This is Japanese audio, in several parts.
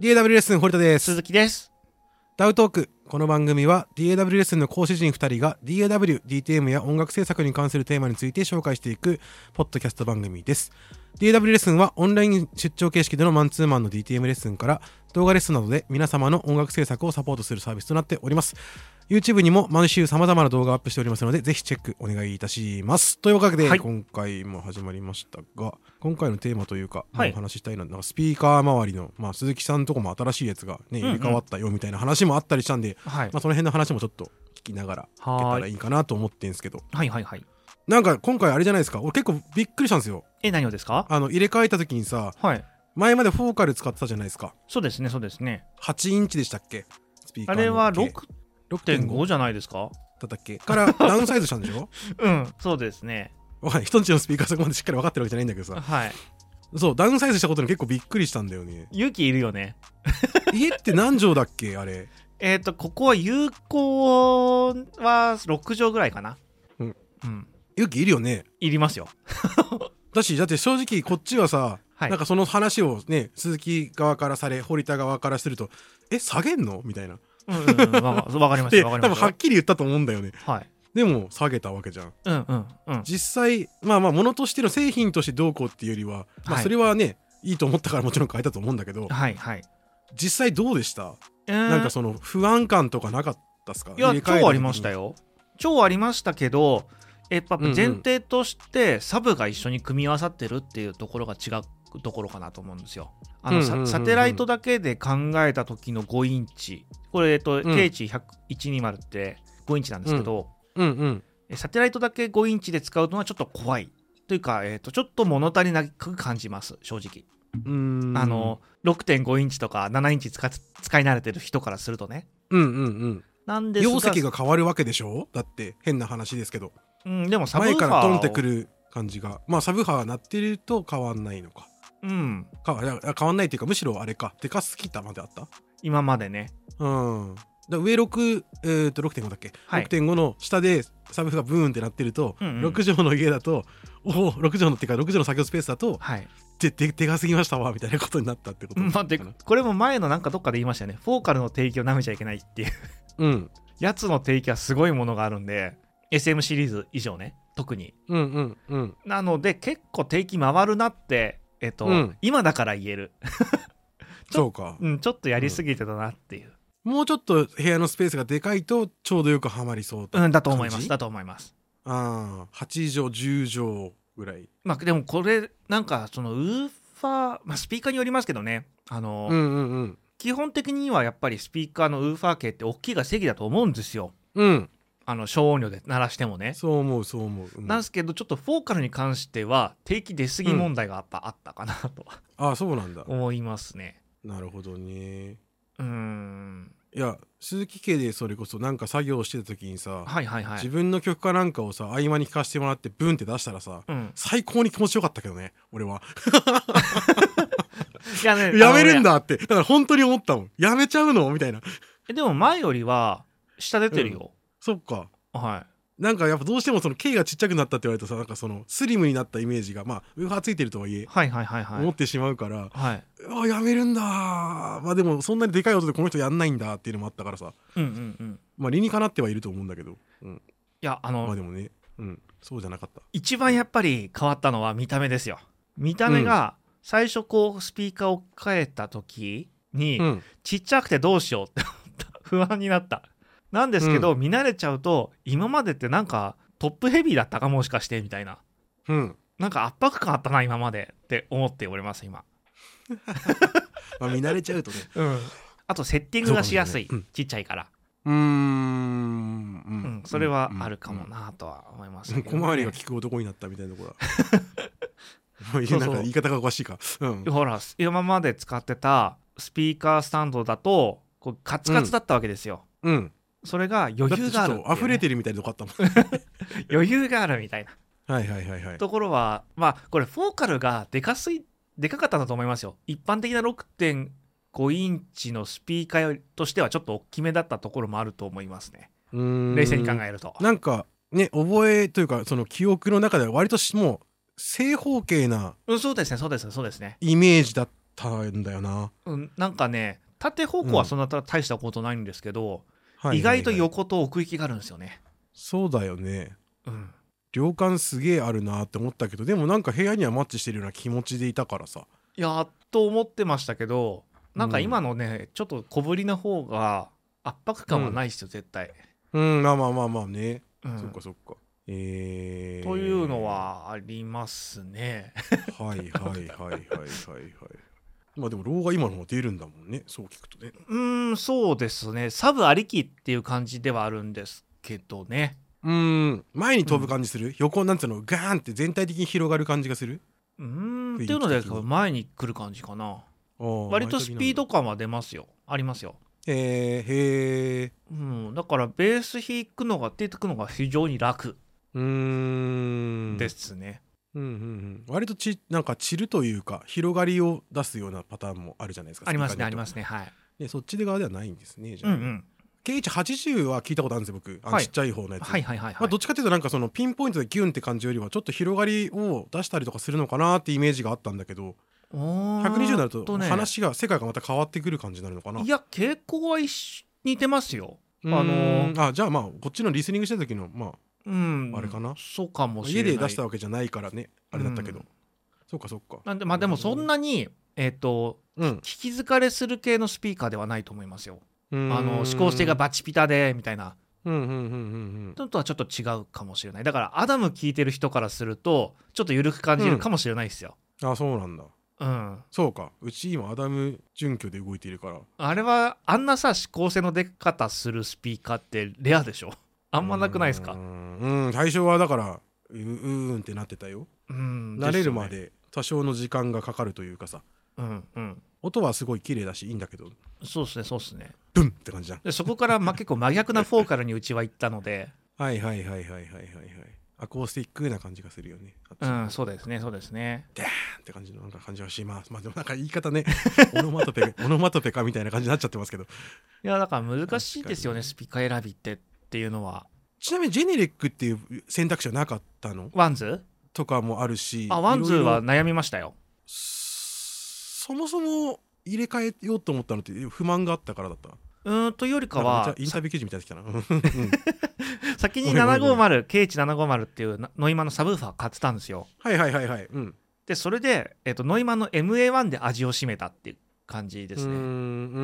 DAW レッスン堀田です。鈴木です。ダウトーク。この番組は DAW レッスンの講師陣2人が DAW、DTM や音楽制作に関するテーマについて紹介していくポッドキャスト番組です。DAW レッスンはオンライン出張形式でのマンツーマンの DTM レッスンから動画レッスンなどで皆様の音楽制作をサポートするサービスとなっております。YouTube にも毎週様々な動画をアップしておりますので、ぜひチェックお願いいたします。というわけで、はい今回も始まりましたが、今回のテーマというか、はいお話ししたいのは、なんかスピーカー周りの、まあ、鈴木さんとこも新しいやつがね、うんうん入れ替わったよみたいな話もあったりしたんで、はいまあ、その辺の話もちょっと聞きながら聞けたらいいかなと思ってんですけど、はいはいはい。なんか今回あれじゃないですか、俺結構びっくりしたんですよ。え、何をですかあの、入れ替えた時にさ、はい。前までフォーカル使ってたじゃないですか。そうですね、そうですね。 8インチでしたっけスピーカあーのれは径6.5 6.5じゃないですだかったっけからダウンサイズしたんでし ょうん、そうですね。わかんない人んちのスピーカーそこまでしっかり分かってるわけじゃないんだけど さはい。そうダウンサイズしたことに結構びっくりしたんだよね勇気いるよね。家って何畳だっけあれえっ、と、ここは有効は6畳ぐらいかな。うん。うん。勇気いるよねいりますよ。だしだって正直こっちはさ、はいなんかその話をね鈴木側からされ堀田側からするとえ下げんのみたいなうんうんうん、わかわかりましでた、多わか分りまし。はったきり言ったと思うんだよねはい。でも下げたわけじゃんうんうんうん。実際まあまあ物としての製品としてどうこうっていうよりは、まあはいそれはねいいと思ったからもちろん変えたと思うんだけどはいはい。実際どうでしたななんかその不安感とかなかったっすかいや入れ替えた時に超ありましたよ超ありましたけどえやっぱうんうん前提としてサブが一緒に組み合わさってるっていうところが違うところかなと思うんですよあのうんうんうんうさんサテライトだけで考えた時の5インチこれ、えっと、定値120って5インチなんですけど、うんうんえサテライトだけ5インチで使うのはちょっと怖いというか、えっと、ちょっと物足りなく感じます正直、うーんあの6.5インチとか7インチ使っ使い慣れてる人からするとねうんうんうんなんですが容積が変わるわけでしょだって変な話ですけどうん、でもサブウ前ーファーからドンってをくる感じがまあサブハー鳴ってると変わんないのかうん、かいや変わんないっていうかむしろあれかでかすぎたまであった今までね。うんだ上6、えー、と6.5だっけ、はい6.5の下でサブフがブーンってなってると、うんうん6畳の家だとおお6畳のっていうか6畳の作業スペースだとはい。でででかすぎましたわみたいなことになったってこと 待って、かなこれも前のなんかどっかで言いましたよね。フォーカルの定義を舐めちゃいけないっていう。うんやつの定義はすごいものがあるんで、SM シリーズ以上ね、特に。うんうんうんなので、結構定義回るなって、えっと、うん今だから言える。そうかうん、ちょっとやりすぎてたなっていう。もうちょっと部屋のスペースがでかいとちょうどよくはまりそうと、うん、だと思いま感す。じだと思います。ああ8畳10畳ぐらいまあ、でもこれ、なんか、その、ウーファー、まあ、スピーカーによりますけどね、あの、うんうんうん基本的にはやっぱりスピーカーのウーファー系って大きいが正義だと思うんですよ。うんあの、小音量で鳴らしてもね。そう思うそう思う、うんなんですけどちょっとフォーカルに関しては定期出過ぎ問題がやっぱあったかなとはああそうなんだ思いますね。なるほどねうーんいや鈴木家でそれこそなんか作業してた時にさ、はいはいは自い。分の曲かなんかをさ合間に聴かせてもらってブンって出したらさうん、最高に気持ちよかったけどね俺はいや ねやめるんあのねだってだから本当に思ったもんやめちゃうのみたいなえでも前よりは下出てるよ。そっかはなんかやっぱどうしてもその K がちっちゃくなったって言われたさなんかそのスリムになったイメージがまあウーハーついてるとはいえい、はいはいはいは思い。ってしまうからはい。あやめるんだーまあでもそんなにでかい音でこの人やんないんだっていうのもあったからさうんうんうん。まあ理にかなってはいると思うんだけど、うん、いやあまのあでもね、うん、そうじゃなかった一番やっぱり変わったのは見た目ですよ。見た目が最初こうスピーカーを変えた時に、うんちっちゃくてどうしようって思った不安になったなんですけど、見慣れちゃうと今までってなんかトップヘビーだったかもしかしてみたいなうんなんか圧迫感あったな今までって思っております今まあ見慣れちゃうとねうんあとセッティングがしやすい、そうかもしれないちっちゃいから、うーん、ううんん、それはあるかもなとは思います、うんうん小回りがき利く男になったみたいなところ はそうなんか言い方がおかしいかうんほら今まで使ってたスピーカースタンドだとこうカツカツだったわけですよ、うんそれが余だって裕ちょがっあると溢れててるみたいなとこあ ったもんいうね余裕があるみたいなはいはいはいはいところはまあこれフォーカルがでかすいでかかったんだと思いますよ一般的な6.5インチのスピーカーとしてはちょっと大きめだったところもあると思いますねうーん冷静に考えるとなんかね覚えというかその記憶の中では割としもう正方形なうんそうですねそうですねそうですねイメージだったんだよな。うん、なんかね縦方向はそんな大したことないんですけど、はい意外とはいはい横と奥行きがあるんですよね。そうだよね。うん、量感すげえあるなって思ったけどでもなんか部屋にはマッチしてるような気持ちでいたからさやっと思ってましたけどなんか今のね、ちょっと小ぶりな方が圧迫感はないですよ、絶対、うんまあまあまあまあね、うんそっかそっかえー、というのはありますね。はいはいはいはいはい はいまあでも老が今のも出るんだもんねそう聞くとねうーんそうですねサブありきっていう感じではあるんですけどねうん前に飛ぶ感じする、横なんていうのガーンって全体的に広がる感じがするうーん雰って囲気的にいうので前に来る感じかなあー割とスピード感は出ますよありますよ、えー、へえうん、だからベース弾くのが出てくのが非常に楽うーんですね、うんうんうん、割とちなんか散るというか広がりを出すようなパターンもあるじゃないですかありますねありすますねはい、ね、そっちで側ではないんですね。じうゃんあ、うん KH80 は聞いたことあるんですよ、僕。あのはいちっちゃい方のやつ。はいはいはいはい、まあ、どっちかというと、なんかそのピンポイントでギュンって感じよりは、ちょっと広がりを出したりとかするのかなってイメージがあったんだけど、120 120になると話が、世界がまた変わってくる感じになるのかな。いや傾向は一緒似てますようーんあのあじゃあまあ、こっちのリスニングした時の、まうんあれかなそうかあ、もしれ家ないで出したわけじゃないからね、あれだったけど。うんそっかそっか。なんでまあでもそんなにえっ、とうん。聞き疲れする系のスピーカーではないと思いますよ。ああの指向性が、バチピタでみたいなうんうんうんうんのとはちょっと違うかもしれないだからアダム聞いてる人からするとちょっと緩く感じるかもしれないですよ。うん。あ、そうなんだ。うん、そうか。うち今、アダム準拠で動いているから。あれはあんなさ指向性の出方するスピーカーってレアでしょあんまなくないですうかんうん最初はだからううーんってなってたようん慣れるますよねで多少の時間がかかるというかさうんうん音はすごい綺麗だしいいんだけどそうですねそうですねドゥンって感じじゃんでそこからまあ結構真逆なフォーカルにうちは行った のではいはいはいはいはいはいはいアコースティックな感じがするよねあっちうんそうですねそうですねって感じのなんか感じはしますまあでもなんか言い方 ねオノマトペオノマトペかみたいな感じになっちゃってますけどいやだから難しいですよね確かにスピーカー選びってっていうのはちなみにジェネリックっていう選択肢はなかったのワンズとかもあるしあワンズーいろはいろ悩みましたよそもそも入れ替えようと思ったのって不満があったからだったうーんというよりなかんめはっちゃインタビュー記事みたいになってきたな。うんさ先にごめんごめんご 750KH750 っていうなノイマンのサブウーファー買ってたんですよはいはいはいはい。うん。でそれで、えっとノイマンの MA1 で味を占めたっていう感じでうーすんねうーん。うー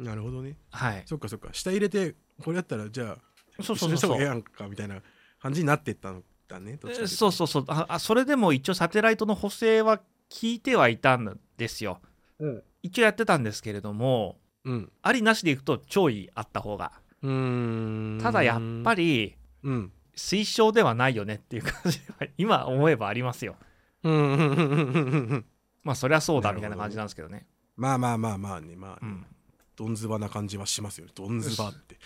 んなるほどね。はいそっかそっか。下入れて、これだったらじゃあ、そうそ一うそうそ緒にした方がええうやんかみたいな感じになってったんだね。どっちかといえとそうそうそうああそれでも一応サテライトの補正は聞いてはいたんですようん。一応やってたんですけれどもうん。ありなしでいくと超いいあった方がうーん。ただやっぱり。りうん。推奨ではないよねっていう感じは今思えばありますようんうんうんうんうんうんまあそりゃそうだみたいな感じなんですけどねまあまあまあまあね。まあうね、んどんずばな感じはしますよね。どんずば って。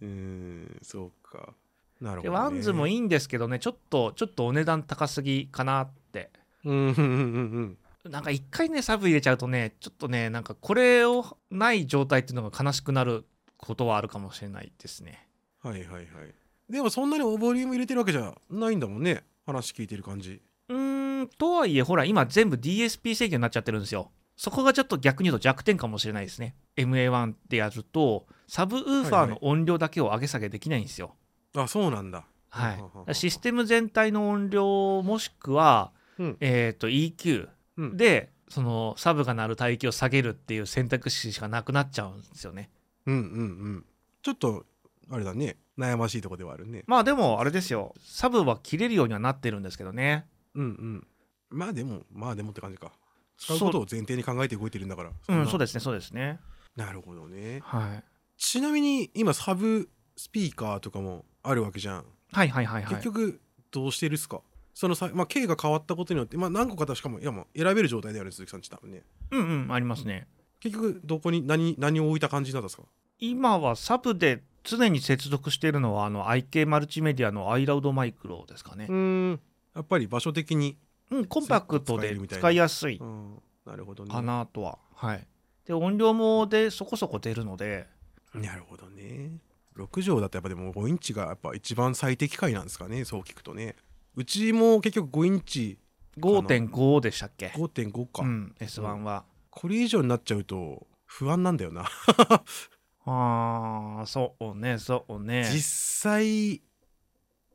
うーん、そうか。なるほでど、ね。ワンズもい。いいんですけどねちょっとちょっとお値段高すぎかなってうんうんうんうんなんか一回ねサブ入れちゃうとねちょっとねなんかこれをない状態っていうのが悲しくなることはあるかもしれないですねうん。はいはいはい。でもそんなにボリューム入れてるわけじゃないんだもんね。話聞いてる感じ。うーんとはいえほら今全部 DSP 制御になっちゃってるんですよそこがちょっと逆に言うと弱点かもしれないですね MA1 でやるとサブウーファーの音量だけを上げ下げできないんですよ、あ、そうなんだ。は、はははい システム全体の音量もしくは、うんえー、と EQ うんで、そのサブが鳴る帯域を下げるっていう選択肢しかなくなっちゃうんですよね。うんうんうん。ちょっと、あれだね。悩ましいとこではあるね。まあでもあれですよサブは切れるようにはなってるんですけどね。うんうん。まあでも、まあでもって感じか。使うことを前提に考えて動いてるんだから。そう,、うん、そだ。うですねそうですね。なるほどね。はい、ちなみに、今、サブスピーカーとかもあるわけじゃん。はいはいはいはい結局、どうしてるっすかそのさ、まあ、K が変わったことによって、まあ、何個かとしかも、いや、もう選べる状態だよね、鈴木さんち多分ね。うんうんありますね。結局どこに何何を置いた感じになったんですか今はサブで常に接続しているのはあの IK マルチメディアの iLoud マイクロですかね。んやっぱり場所的に、うん、コンパクト使えでるみたいな使いやすいうん、なるほどねかなとは、はいで音量もでそこそこ出るのでなるほどね6畳だとやっぱでも5インチがやっぱ一番最適解なんですかねそう聞くとねうちも結局5インチ5.5でしたっけ5.5か、うん、S1 は、これ以上になっちゃうと不安なんだよな、ああそうねそうね 実際い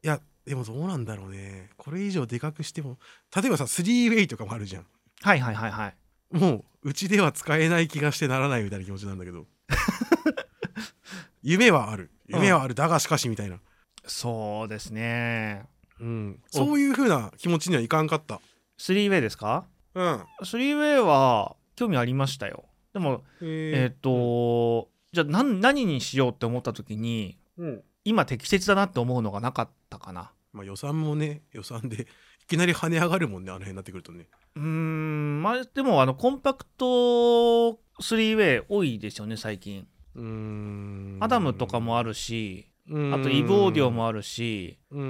やでもどうなんだろうねこれ以上でかくしても例えばさ 3way とかもあるじゃんはいはいはいはいもううちでは使えない気がしてならないみたいな気持ちなんだけど 夢はある夢はある、だがしかしみたいな、そうですねうん、そういう風な気持ちにはいかんかったスリーウェイですかうんスリーウェイは興味ありましたよでもええっ、とじゃあ何何にしようって思った時にうん今適切だなって思うのがなかったかなまあ、予算もね予算で いきなり跳ね上がるもんねあの辺になってくるとねうーんまあでもあのコンパクトスリーウェイ多いですよね最近うーんアダムとかもあるしうんあとイブオーディオもあるしうんうんう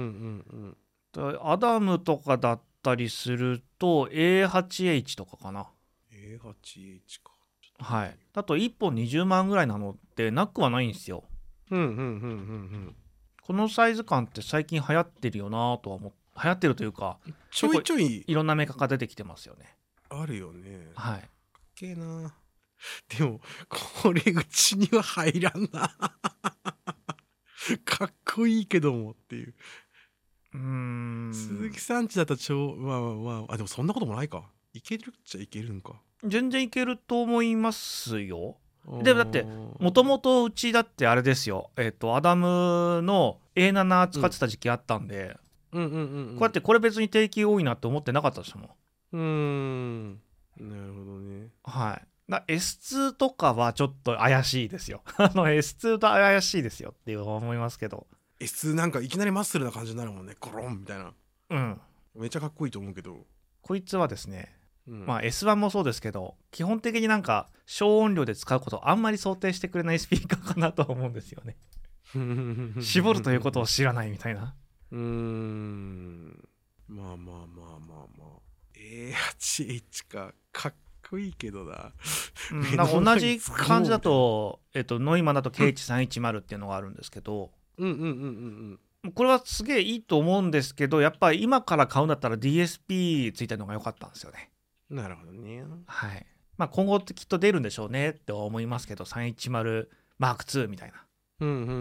んとアダムとかだったりすると A8H とかかな A8H かちょっとはいだと1本20万ぐらいなのってなくはないんですようんうんうんうんこのサイズ感って最近流行ってるよなとは思っ流行ってるというかうんちょいちょいいろんなメーカーが出てきてますよねあるよねかっはいけえなでもこれうちには入らんな かっこいいけどもっていう、うーん鈴木さんちだったら超まあまあまああでもそんなこともないかいけるっちゃいけるんか全然いけると思いますよでもだってもとももとうちだってあれですよえっ、とアダムの A7 使ってた時期あったんで、うんうんうんうんこうやってこれ別に定期多いなって思ってなかったですもんうーんなるほどねはい。だ S2 とかはちょっと怪しいですよ。 あの S2 と怪しいですよっていう思いますけど。 S なんかいきなりマッスルな感じになるもんねゴロンみたいなうん。めっちゃかっこいいと思うけど、こいつはですね、うんまあ S1 もそうですけど、基本的になんか小音量で使うことをあんまり想定してくれないスピーカーかなとは思うんですよね。絞るという ことを知らないみたいな。うーんまあまあまあまあまあ A8H かかっこいいけどなうん目、のな前んか同じ感じだそと、えっと、ノイマンだと KH310 っていうのがあるんですけど、うんうんうんうんこれはすげえいいと思うんですけど、やっぱり今から買うんだったら DSP ついたのが良かったんですよね。うんなるほどねはい。まあ今後ってきっと出るんでしょうねって思いますけど、310マーク2みたいな。うんうんうんうんう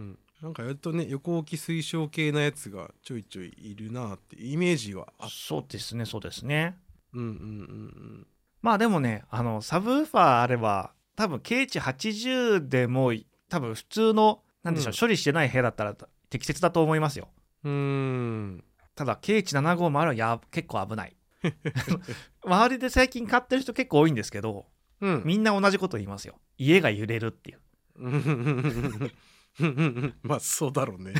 んなんかやっとね横置き推奨系なやつがちょいちょいいるなってイメージはあそうですね、そうですね。うんうんうんまあでもね、あの、サブウーファーあれば、多分 KH80 でもい、多分普通の、なんでしうょう、ん処理してない部屋だったら適切だと思いますよ。うんうーんただ KH75 もあるや結構危ない。 周りで最近買ってる人結構多いんですけど、うんみんな同じこと言いますよ。家が揺れるっていう。うんうんうんうんうんまあそうだろうね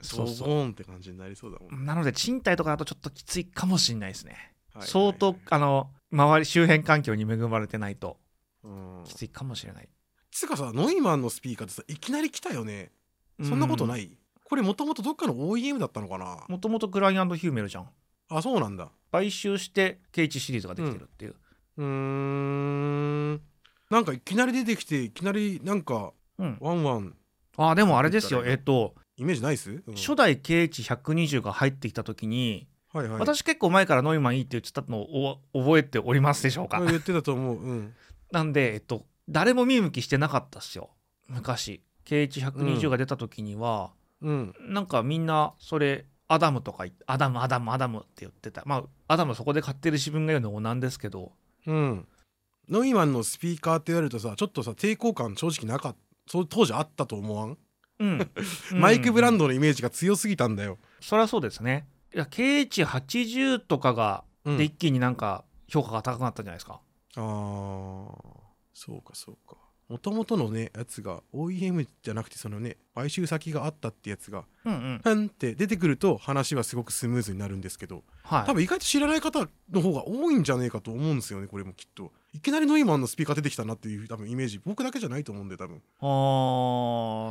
そうそうドボーンって感じになりそうだもん、なので賃貸とかだとちょっときついかもしれないですね。はいはい相当あの周り周辺環境に恵まれてないとうんきついかもしれない、つうかさノイマンのスピーカーってさいきなり来たよねそんなことないい、これもともとどっかの OEM だったのかなもともとグライアンドヒューメルじゃんあそうなんだ買収して K1 シリーズができてるっていう、うーんなんかいきなり出てきていきなりなんかうんワンワンあーでもあれですよ言えっっと、イメージないっす、うん初代 K1120 が入ってきた時に、はいはい私結構前からノイマンいいって言ってたのをお覚えておりますでしょうか、うん言ってたと思ううんなんでえっと誰も見向きしてなかったっすよ昔 K1120 うんが出た時には、うんなんかみんなそれアダムとか言ってアダムアダムアダムって言ってたまあアダムそこで買ってる自分が言うのもなんですけどうんノイマンのスピーカーって言われるとさちょっとさ抵抗感正直なかったそう当時あったと思わん、うん マイク・ブランドドのイメージが強すぎたんだよ、そりゃそうですねいや KH80 とかがうん、で一気になんか評価が高くなったんじゃないですか、あーそうかそうかもともとのねやつが OEM じゃなくてそのね買収先があったってやつがうん、うんふんって出てくると話はすごくスムーズになるんですけどはい多分意外と知らない方の方が多いんじゃねえかと思うんですよねこれもきっといきなりノイマンのスピーカー出てきたなっていう多分イメージ僕だけじゃないと思うんで多分あ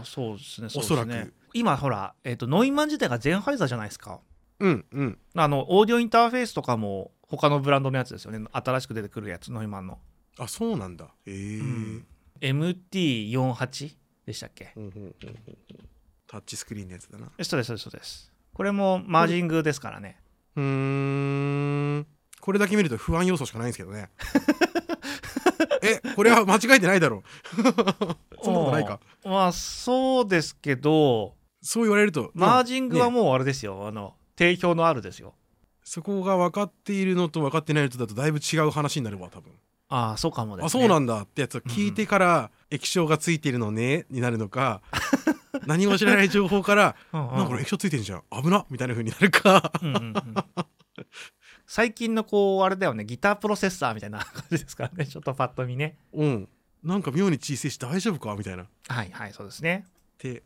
ーそうですねそうですねおそらく今ほら、えっとノイマン自体がゼンハイザーじゃないですかうんうんあのオーディオインターフェースとかも他のブランドのやつですよね新しく出てくるやつノイマンの、あそうなんだへえーうん MT48 でしたっけほうほうほうほうタッチスクリーンのやつだなえそうですそうですそうですこれもマージングですからね。うーんこれだけ見ると不安要素しかないんですけどね えこれは間違えてないだろうそんなことないかおー。まあそうですけど、そう言われるとマージジングはもうあれですよ、あの定評のあるですよ。そこが分かっているのと分かってないのとだとだいぶ違う話になるわ多分、ああそうかもです、ね。あそうなんだってやつを聞いてから、液晶がついてるのねになるの か何も知らない情報からうんうんなんかこれ液晶ついてんじゃん危なみたいな風になるかうんうんうん最近のこうあれだよねギタープロセッサーみたいな感じですからねちょっとパッと見ねうんなんか妙に小さいし大丈夫かみたいなっはいはいそうですね、て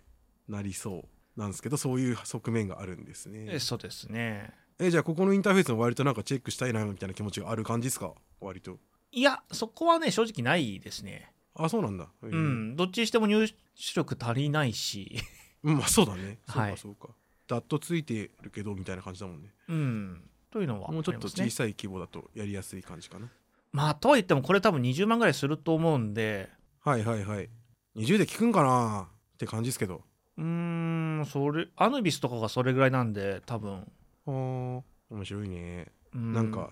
なりそうなんですけどそういう側面があるんですねえそうですねえじゃあここのインターフェースも割となんかチェックしたいなみたいな気持ちがある感じですか割といやそこはね正直ないですねあそうなんだううん、どっちにしても入力足りないしうんまあそうだねそうはかいそうか、ダットついてるけどみたいな感じだもんねうんというのはありもうちょっとますね小さい規模だとやりやすい感じかなまあとはいってもこれ多分20万ぐらいすると思うんではいはいはい20で効くんかなって感じですけどうーんそれアヌビスとかがそれぐらいなんで多分あー面白いね、うなんか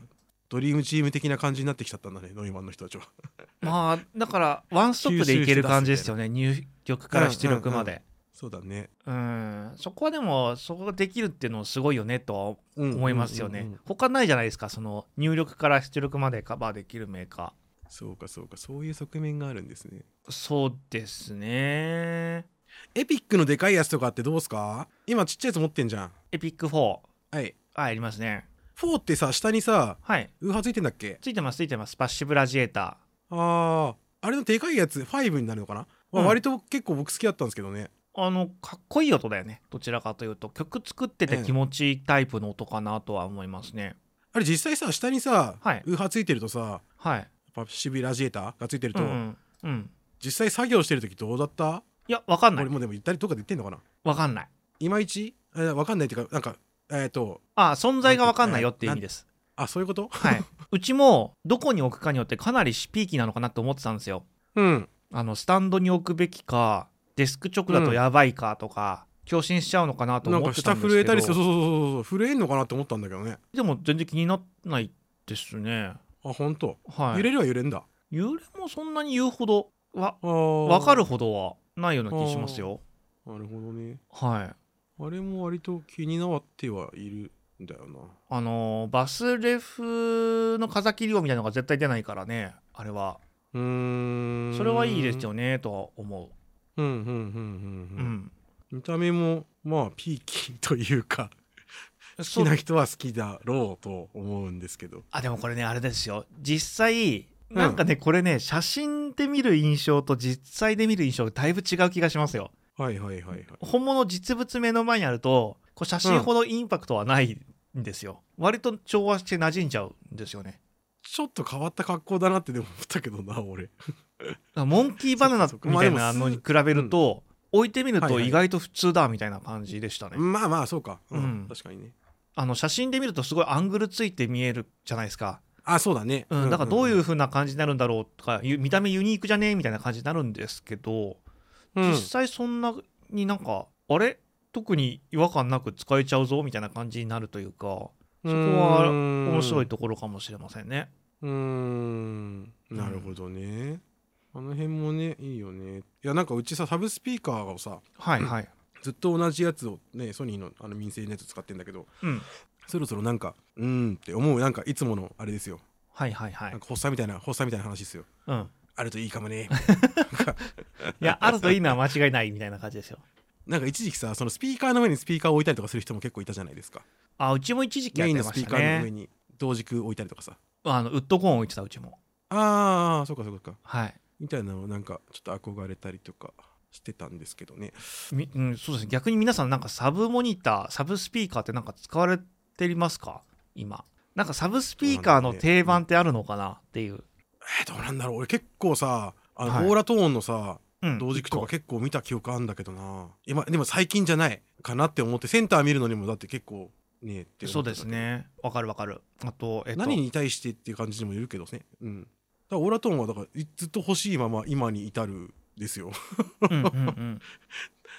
ドリームチーム的な感じになってきちゃったんだねノイマンの人たちは まあだからワンストップでいける感じですよね入力から出力まで、そうだねうんそこはでもそこができるっていうのはすごいよねとはうん思いますよね、うんうんうん他ないじゃないですかその入力から出力までカバーできるメーカそうかそうかそういう側面があるんですねーそうですねエピックのでかいやつとかってどうすか今ちっちゃいやつ持ってんじゃんエピック4はいありますね4ってさ下にさはいウーハーついてんだっけついてますついてますパッシブラジエータあああれのでかいやつ5になるのかな、まあうん割と結構僕好きだったんですけどねーあのかっこいい音だよねどちらかというと曲作ってて気持ちいいタイプの音かなとは思いますね、あれ実際さ下にさ、はいウーハーついてるとさはいパッシビラジエーターがついてるうと、んうん、うん、実際作業してる時どうだったいやわかんな俺いもでも言ったりとかで言ってんのかなわかんないいまいちえーわかんないっていうかなんかえっ、とあ存在がわかんないよっていう意味ですあそういうことはい、うちもどこに置くかによってかなりシピーキなのかなと思ってたんですようんあのスタンドに置くべきかデスク直だとやばいかとか、共振しちゃうのかなとなん思かってた下んですけど震えたりしてそうそうそうそう震えんのかなって思ったんだけどねでも全然気にならないですねあ本当、はい揺れるは揺れんだ揺れもそんなに言うほどわあー分かるほどはないような気しますよなるほどねはいあれも割と気になってはいるんだよな。あのーバスレフの風切り音みたいなのが絶対出ないからねあれはうーん。それはいいですよね。ねとは思うんうんうんうんう、うん。うん、見た目もまあピーキーというか好そきうな人は好きだろうと思うんですけど。あでもこれねあれですよ実際なんかね、これね写真で見る印象と実際で見る印象がだいぶ違う気がしますよはいはいはいはい。本物実物目の前にあるとこう写真ほどインパクトはないんですよ、割と調和して馴染んじゃうんですよねちょっと変わった格好だなってでも思ったけどな俺。だからモンキーバナナそっかそっかみたいまあなでものに比べると、置いてみるはいとはい意外と普通だみたいな感じでしたね、まあまあそうか。うん。うん確かにね。あの写真で見るとすごいアングルついて見えるじゃないですか、あそうだね。うん、だからどういうう風な感じになるんだろうとかゆ見た目ユニークじゃねえみたいな感じになるんですけどうん、実際そんなになんかあれ特に違和感なく使えちゃうぞみたいな感じになるというかそこは面面白いところかもしれませんね。うーんなるほどね。あの辺もねいいよね。いやなんかうちさサブスピーカーをさはいはい。ずっと同じやつをねソニーのあの民生のやつ使ってんだけどうん。そろそろなんかうーんって思うなんかいつものあれですよはいはいはないん。か発作みたいな発作みたいな話ですようん。あるといいかもね いや、あるといいのは間違いないみたいな感じですよ。なんか一時期さそのスピーカーの上にスピーカーを置いたりとかする人も結構いたじゃないですかあ、うちも一時 期やっメインてのまスピしーたカーの上ね。に同軸置いたりとかさあのウッドコーン置いてたうちも。ああそうかそうかはい。みたいなのをなんかちょっと憧れたりとかしてたんですけどねみうん、そうですね。逆に皆さんなんかサブモニター、サブスピーカーってなんか使われてますか今。なんかサブスピーカーの定番ってあるのかなっていう。えー、どうなんだろう俺結構さあの、はいオーラトーンのさうん。同軸とか結構見た記憶あんだけどな今でも最近じゃないかなって思ってセンター見るのにもだって結構ねえって思ってたけどそうですね。わかるわかる。あと、えっと、何に対してっていう感じにもよるけどねうんだからオーラトーンはだからいずっと欲しいまま今に至るですよ うんうんうん。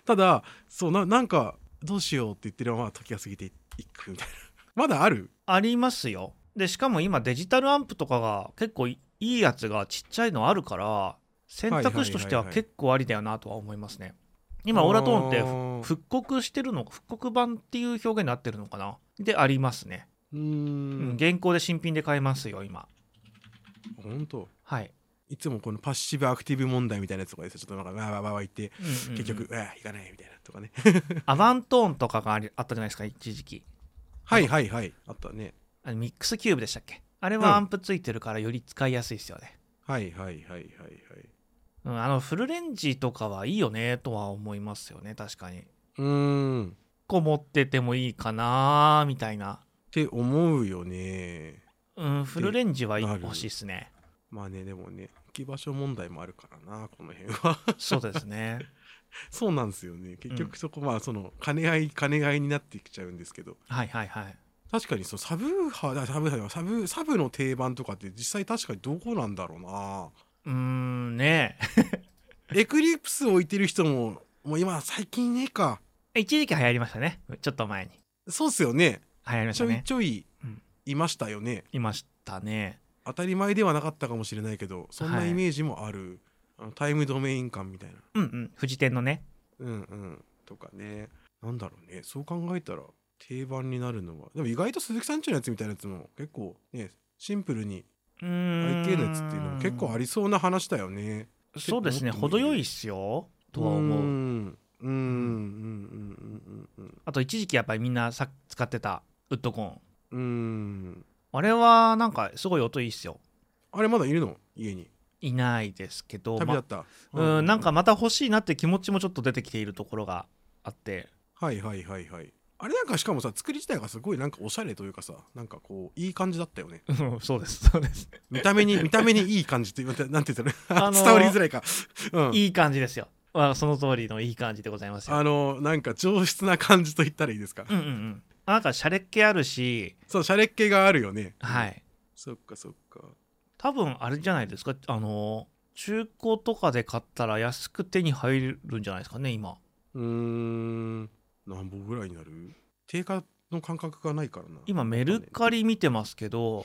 ただそうななんかどうしようって言ってるまま時が過ぎていくみたいな まだあるありますよでしかも今デジタルアンプとかが結構いいいやつがちっちゃいのあるから選択肢としてははいはいはいはい結構ありだよなとは思いますね今オーラトーンって復刻してるの復刻版っていう表現になってるのかなでありますね、うーうんん現行で新品で買えますよ今本当はい、いつもこのパッシブアクティブ問題みたいなやつとかですよちょっとなんかわーわーわーわー言ってうんうんうん結局、ああ行かないみたいなとかねアバントーンとかがありあったじゃないですか一時期はいはいはいあったねあのミックスキューブでしたっけあれうんはアンプついてるからより使いやすいですよね、はいはいはいはいはいうん、あのフルレンジとかはいいよねとは思いますよね確かにうーん個持っててもいいかなみたいな、って思うよねうん、フルレンジはなる欲しいですねまあねでもね置き場所問題もあるからなこの辺は そうですねそうなんですよね結局そこ、まあその兼ね合い兼ね合いになってきちゃうんですけどはいはいはい確かにそうサブウーハーだサブウーハーじゃないサブサブの定番とかって実際確かにどこなんだろうなうーんねエクリプス置いてる人ももう今最近ねえかえ 一時期流行りましたねちょっと前にそうっすよね流行りましちたょいねちょいうんいましたよね、いましたね当たり前ではなかったかもしれないけどそんはないイメージもある、あのタイムドメイン感みたいなうんうんフジテンのねうんうんとかねなんだろうねそう考えたら定番になるのはでも意外と鈴木さんちのやつみたいなやつも結構ねシンプルにうーん IT のやつっていうのも結構ありそうな話だよねそうですね結構持っても程いいよいっすよとは思ううんうんうんうんうんあと一時期やっぱりみんなさ使ってたウッドコーンうんうんあれはなんかすごい音いいっすよあれまだいるの家にいないですけど、旅だまった、うん、なんかまた欲しいなって気持ちもちょっと出てきているところがあってはいはいはいはいあれなんかしかもさ作り自体がすごいなんかおしゃれというかさなんかこういい感じだったよねうんそうですそうです見た目に見た目にいい感じってなんてなんて言ったら、あの ー伝わりづらいか、うん、いい感じですよ。まあ、その通りのいい感じでございますよ。あのーなんか上質な感じと言ったらいいですか、うんうんうん。なんか、シャレっ気あるし、そうシャレっ気があるよねはい。そっかそっか多分、あれじゃないですか。あの、中古とかで買ったら安く手に入るんじゃないですかね、今。うーん何本ぐらいになる定価の感覚がないからな今、メルカリ見てますけど、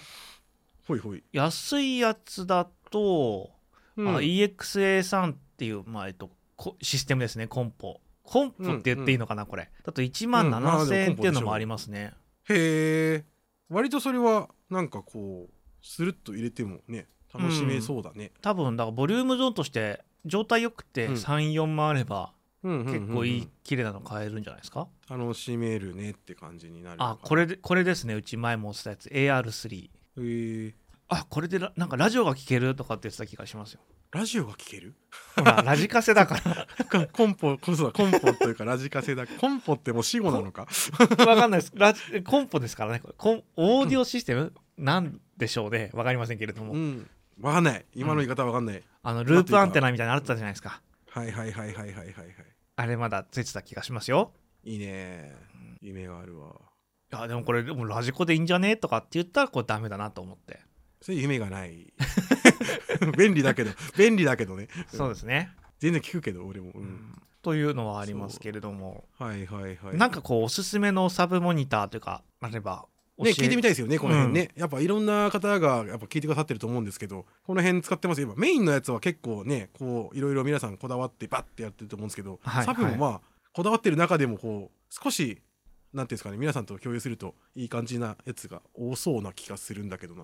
ほいほい、安いやつだと、うんあの EXA3 っていう、まあ、えっと、こシステムですね、コンポ。コンポって言っていいのかな、これ。だと1万うんまあでも7000円コっていうのンポでしょうもありますね。へえ割とそれはなんかこうスルッと入れてもね楽しめそうだね、多分、だから、ボリュームゾーンとして、状態よくてうん3、4万あれば、うんうんうんうん結構いい綺麗なの買えるんじゃないですか、楽しめるねって感じになるあこれでこれですねうち前も押したやつ AR3 へーあこれでラなんかラジオが聞けるとかって言ってた気がしますよラジオが聞ける ほらラジカセだかかコンポこそだコンポというかラジカセだコンポってもう死語なのから わかんないですラジコンポですからねこれコンオーディオシステム、なんでしょうねわかりませんけれども、うんわかんない今の言い方わかんない、あのループアンテナみたいなのあったじゃないですかはいはいはいはいはいはいはいあれまだついてた気がしますよいいね夢があるわいやでもこれでもラジコでいいんじゃねとかって言ったらこれダメだなと思ってそれ夢がない 便利だけど便利だけどねそうですね、全然聞くけど俺も、ううんん、というのはありますけれどもはいはいはいなんかこうおすすめのサブモニターというかあれば教ね、え聞いてみたいですよね、この辺ね。やっぱいろんな方がやっぱ聞いてくださってると思うんですけど、この辺使ってますよ。今メインのやつは結構ね、こう、いろいろ皆さんこだわってバッてやってると思うんですけど、はいサブもはいまあ、こだわってる中でもこう、少し、なんていうんですかね、皆さんと共有するといい感じなやつが多そうな気がするんだけどな。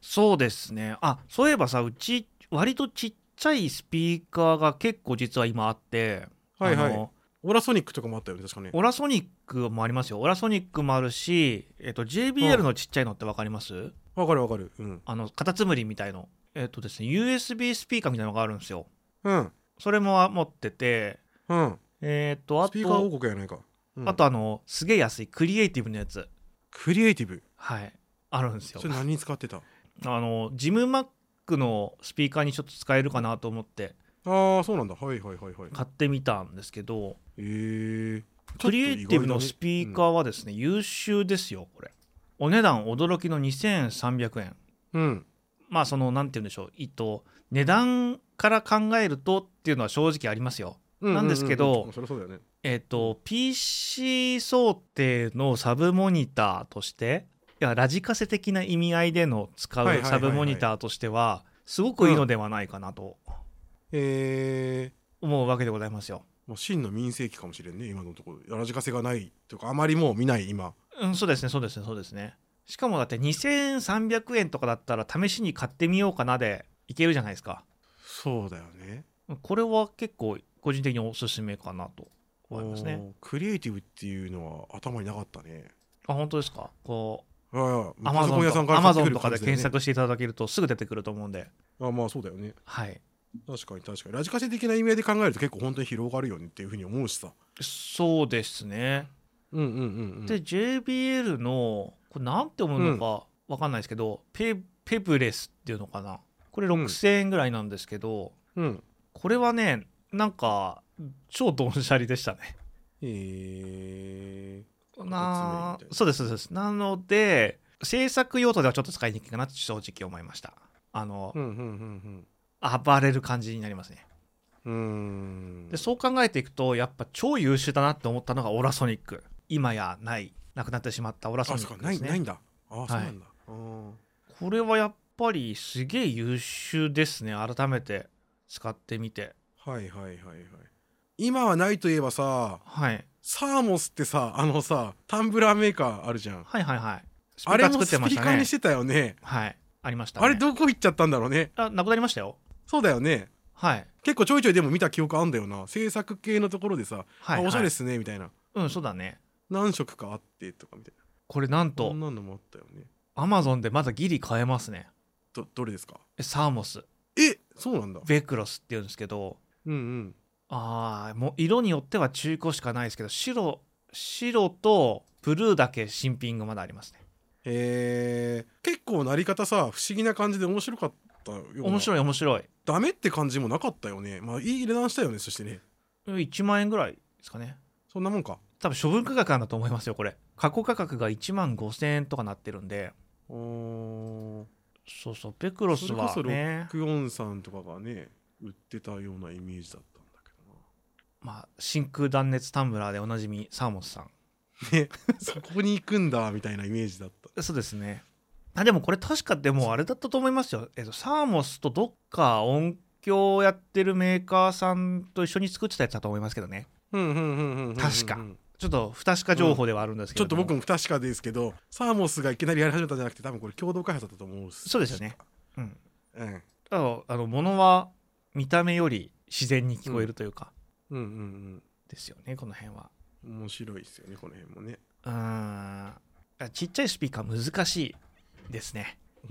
そうですねあそういえばさうち割とちっちゃいスピーカーが結構実は今あってはいはいあのオーラソニックとかもあったよね、確かね。オラソニックもありますよオラソニックもあるし、えっと JBL のちっちゃいのって分かります、わかるわかる。うん。あのカタツムリみたいのえっ、とですね USB スピーカーみたいなのがあるんですようん。それも持っててうん。えっ、とあスピーカーと王国やないか。うんあとあのすげえ安いクリエイティブのやつクリエイティブ。はいあるんですよそれ何に使ってたあのジムマックのスピーカーにちょっと使えるかなと思ってああ、そうなんだ。はいはいはいはい。買ってみたんですけどえー。クリエイティブのスピーカーはですね、優秀ですよこれお値段驚きの2300円ー。うん。まあそのなんて言うんでしょうえっと値段から考えるとっていうのは正直ありますよなんですけどうんうんうんうんそりゃそうだよねえっと PC 想定のサブモニターとしていやラジカセ的な意味合いでの使はいはいうはいサブモニターとしてはすごくいいのではないかなとえー思うわけでございますよ。まあ、真の民生期かもしれんね今のところラジカセがないというかあまりもう見ない今うん、そうですね、そうですね、そうですね。しかもだって2300円とかだったら試しに買ってみようかなでいけるじゃないですか。そうだよねこれは結構個人的におすすめかなと思いますね。おークリエイティブっていうのは頭になかったねあ、本当ですかこああう、アパマソゾコン屋さンんとかから買ってく Amazon るとか感でじだよね検索していただけるとすぐ出てくると思うんで、あまあそうだよねはい。確かに確かにラジカセ的な意味で考えると結構本当に広がるよねっていうふうに思うしさそうですね。うんうんうん、うん、で、JBL の、これなんて思うのかわかんないですけど、ペペブレスっていうのかな。これ6000円ぐらいなんですけど、うんこれはね、なんか、超ドンシャリでしたね。 えな二つ目みたいなそうですそうですなので制作用途ではちょっと使いにくいかなって正直思いましたあのー、う、んうん暴れる感じになりますねうんうんうーんでそう考えていくとやっぱ超優秀だなって思ったのがオラソニック今やないなくなってしまったオラソあニそッうかクなでいすないねんだあ、そうなんだあーこれはやっぱりすげえ優秀ですね改めて使ってみてはいはいはいはい今はないといえばさはいサーモスってさあのさタンブラーメーカーあるじゃんはいはいはいスあピーカれーも作っスピてましーたカーねにしてたよねはいありました、ね、あれどこ行っちゃったんだろうねあなくなりましたよそうだよねはい結構ちょいちょいでも見た記憶あんだよな制作系のところでさ「はい、あおしゃれはっい、すね」みたいなうんそうだね何色かあってとかみたいなこれなんとそんなのもあったよねアマゾンでまだギリ買えますねどどれですかサーモスえそうなんだベクロスっていうんですけどうんうんあーもう色によっては中古しかないですけど白白とブルーだけ新品がまだありますねえー、結構なり方さ不思議な感じで面白かったよ面い白い面白いダメって感じもなかったよねまあいい値段したよねそしてねうん1万円ぐらいですかねそんなもんか多分処分価格なんだと思いますよこれ過去価格が1万5000円とかなってるんでおーそうそうベクロスはそれこそねクヨンさんとかがね売ってたようなイメージだったんだけどなまあ真空断熱タンブラーでおなじみサーモスさん そこに行くんだみたいなイメージだったそうですね。あでもこれ確かでもあれだったと思いますよ。えっと、サーモスとどっか音響をやってるメーカーさんと一緒に作ってたやつだと思いますけどね。うんうんうんうんうんうん確かちょっと不確か情報ではあるんですけちょど、っと僕も不確かですけどサーモスがいきなりやり始めたんじゃなくて多分これ共同開発だったと思うっすそうですよね。うん。うんうんただあの、物は見た目より自然に聞こえるというか、うんうんですよね、この辺は。面白いですよねこの辺もねうーん。あちっちゃいスピーカー難しいですね。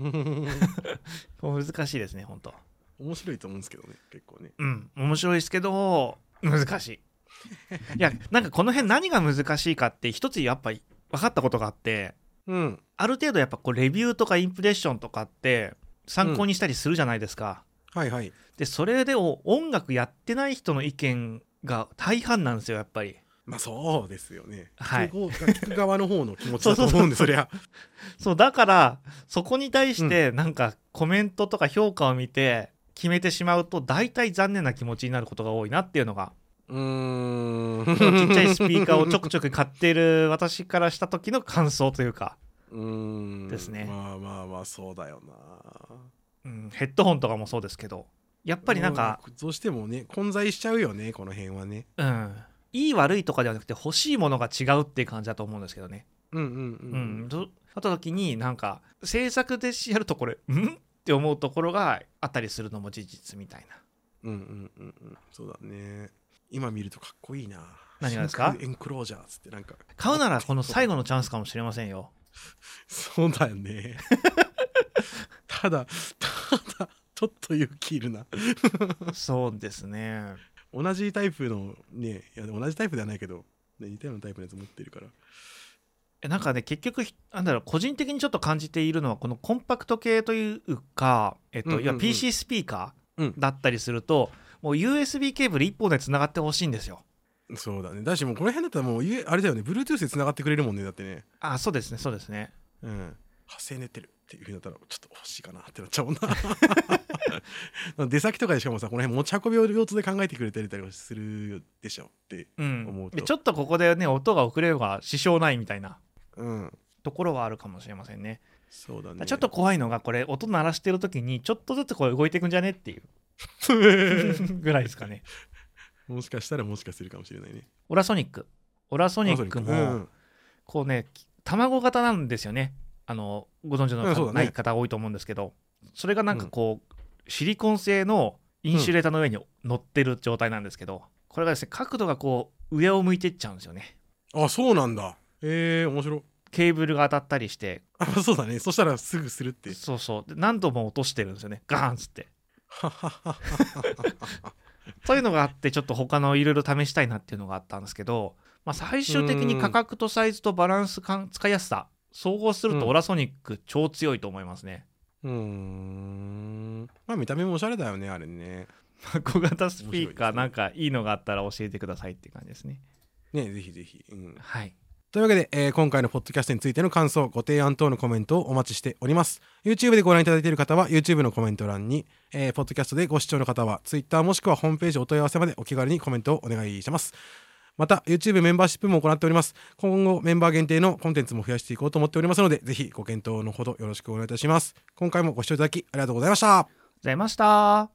これ難しいですね、本当面白いと思うんですけどね結構ねうん、面白いですけど難 しい。いやなんかこの辺何が難しいかって一つやっぱり分かったことがあってうんある程度やっぱこうレビューとかインプレッションとかって参考にしたりするじゃないですか。はいはいでそれでを音楽やってない人の意見が大半なんですよやっぱり。まあそうですよねはい聞く方聞く側の方の気持ちだと思うんでそりゃそうだからそこに対してなんかコメントとか評価を見て決めてしまうと大体残念な気持ちになることが多いなっていうのがうーんちっちゃいスピーカーをちょくちょく買ってる私からした時の感想というか、うーんですねまあまあまあそうだよなうん、ヘッドホンとかもそうですけどやっぱりなんか、もうどうしてもね混在しちゃうよねこの辺はねうん、いい悪いとかではなくて欲しいものが違うっていう感じだと思うんですけどね。うんうんう、うんん、どあった時になんか制作でやるとこれ「ん?」って思うところがあったりするのも事実みたいな。うんうんうんうんそうだね今見るとかっこいいな何がですか真空エンクロージャーっつってなんか買うならこの最後のチャンスかもしれません よ。そうだよねただただちょっと勇気いるなそうですね。同じタイプのねいや同じタイプではないけど、ね、似たようなタイプのやつ持ってるからえなんかね結局ひなんだろう個人的にちょっと感じているのはこのコンパクト系というか、えっとうんうんうんいや PC スピーカうんーだったりすると、もう USB ケーブル1本でつながってほしいんですよ。そうだねだしもうこの辺だったらもうゆえあれだよね Bluetooth で繋がってくれるもんねだってねあそうですねそうですね。うん発生寝てるっていうふうになったらちょっと欲しいかなってなっちゃうもんな 出先とかでしかもさこの辺持ち運びを両つで考えてくれてたりするでしょってうん思うとでちょっとここでね音が遅れれば支障ないみたいなうんところはあるかもしれませんねそうだねちょっと怖いのがこれ音鳴らしてる時にちょっとずつこう動いていくんじゃねっていう ぐらいですかね もしかしたらもしかするかもしれないねオラソニックオラソニックあそうもこうね卵型なんですよねあのご存知うんそうだのねない方多いと思うんですけどそれがなんかこうシリコン製のインシュレーターの上に乗ってる状態なんですけどこれがですね角度がこう上を向いてっちゃうんですよねうんあそうなんだえー、面白いケーブルが当たったりしてあそうだねそしたらすぐするってそうそうで何度も落としてるんですよねガーンっ つってははははそういうのがあってちょっと他のいろいろ試したいなっていうのがあったんですけど、まあ、最終的に価格とサイズとバランス感使いやすさ総合するうとんオラソニック超強いと思いますね、うーんまあ見た目もおしゃれだよねあれね小型スピ面ーカー白いですねなんかいいのがあったら教えてくださいっていう感じですねねぜひぜひ、うん、はいというわけで、えー今回のポッドキャストについての感想、ご提案等のコメントをお待ちしております。YouTube でご覧いただいている方は、YouTube のコメント欄に、えーポッドキャストでご視聴の方は、Twitter もしくはホームページお問い合わせまでお気軽にコメントをお願いします。また、YouTube メンバーシップも行っております。今後、メンバー限定のコンテンツも増やしていこうと思っておりますので、ぜひご検討のほどよろしくお願いいたします。今回もご視聴いただきありがとうございました。ございました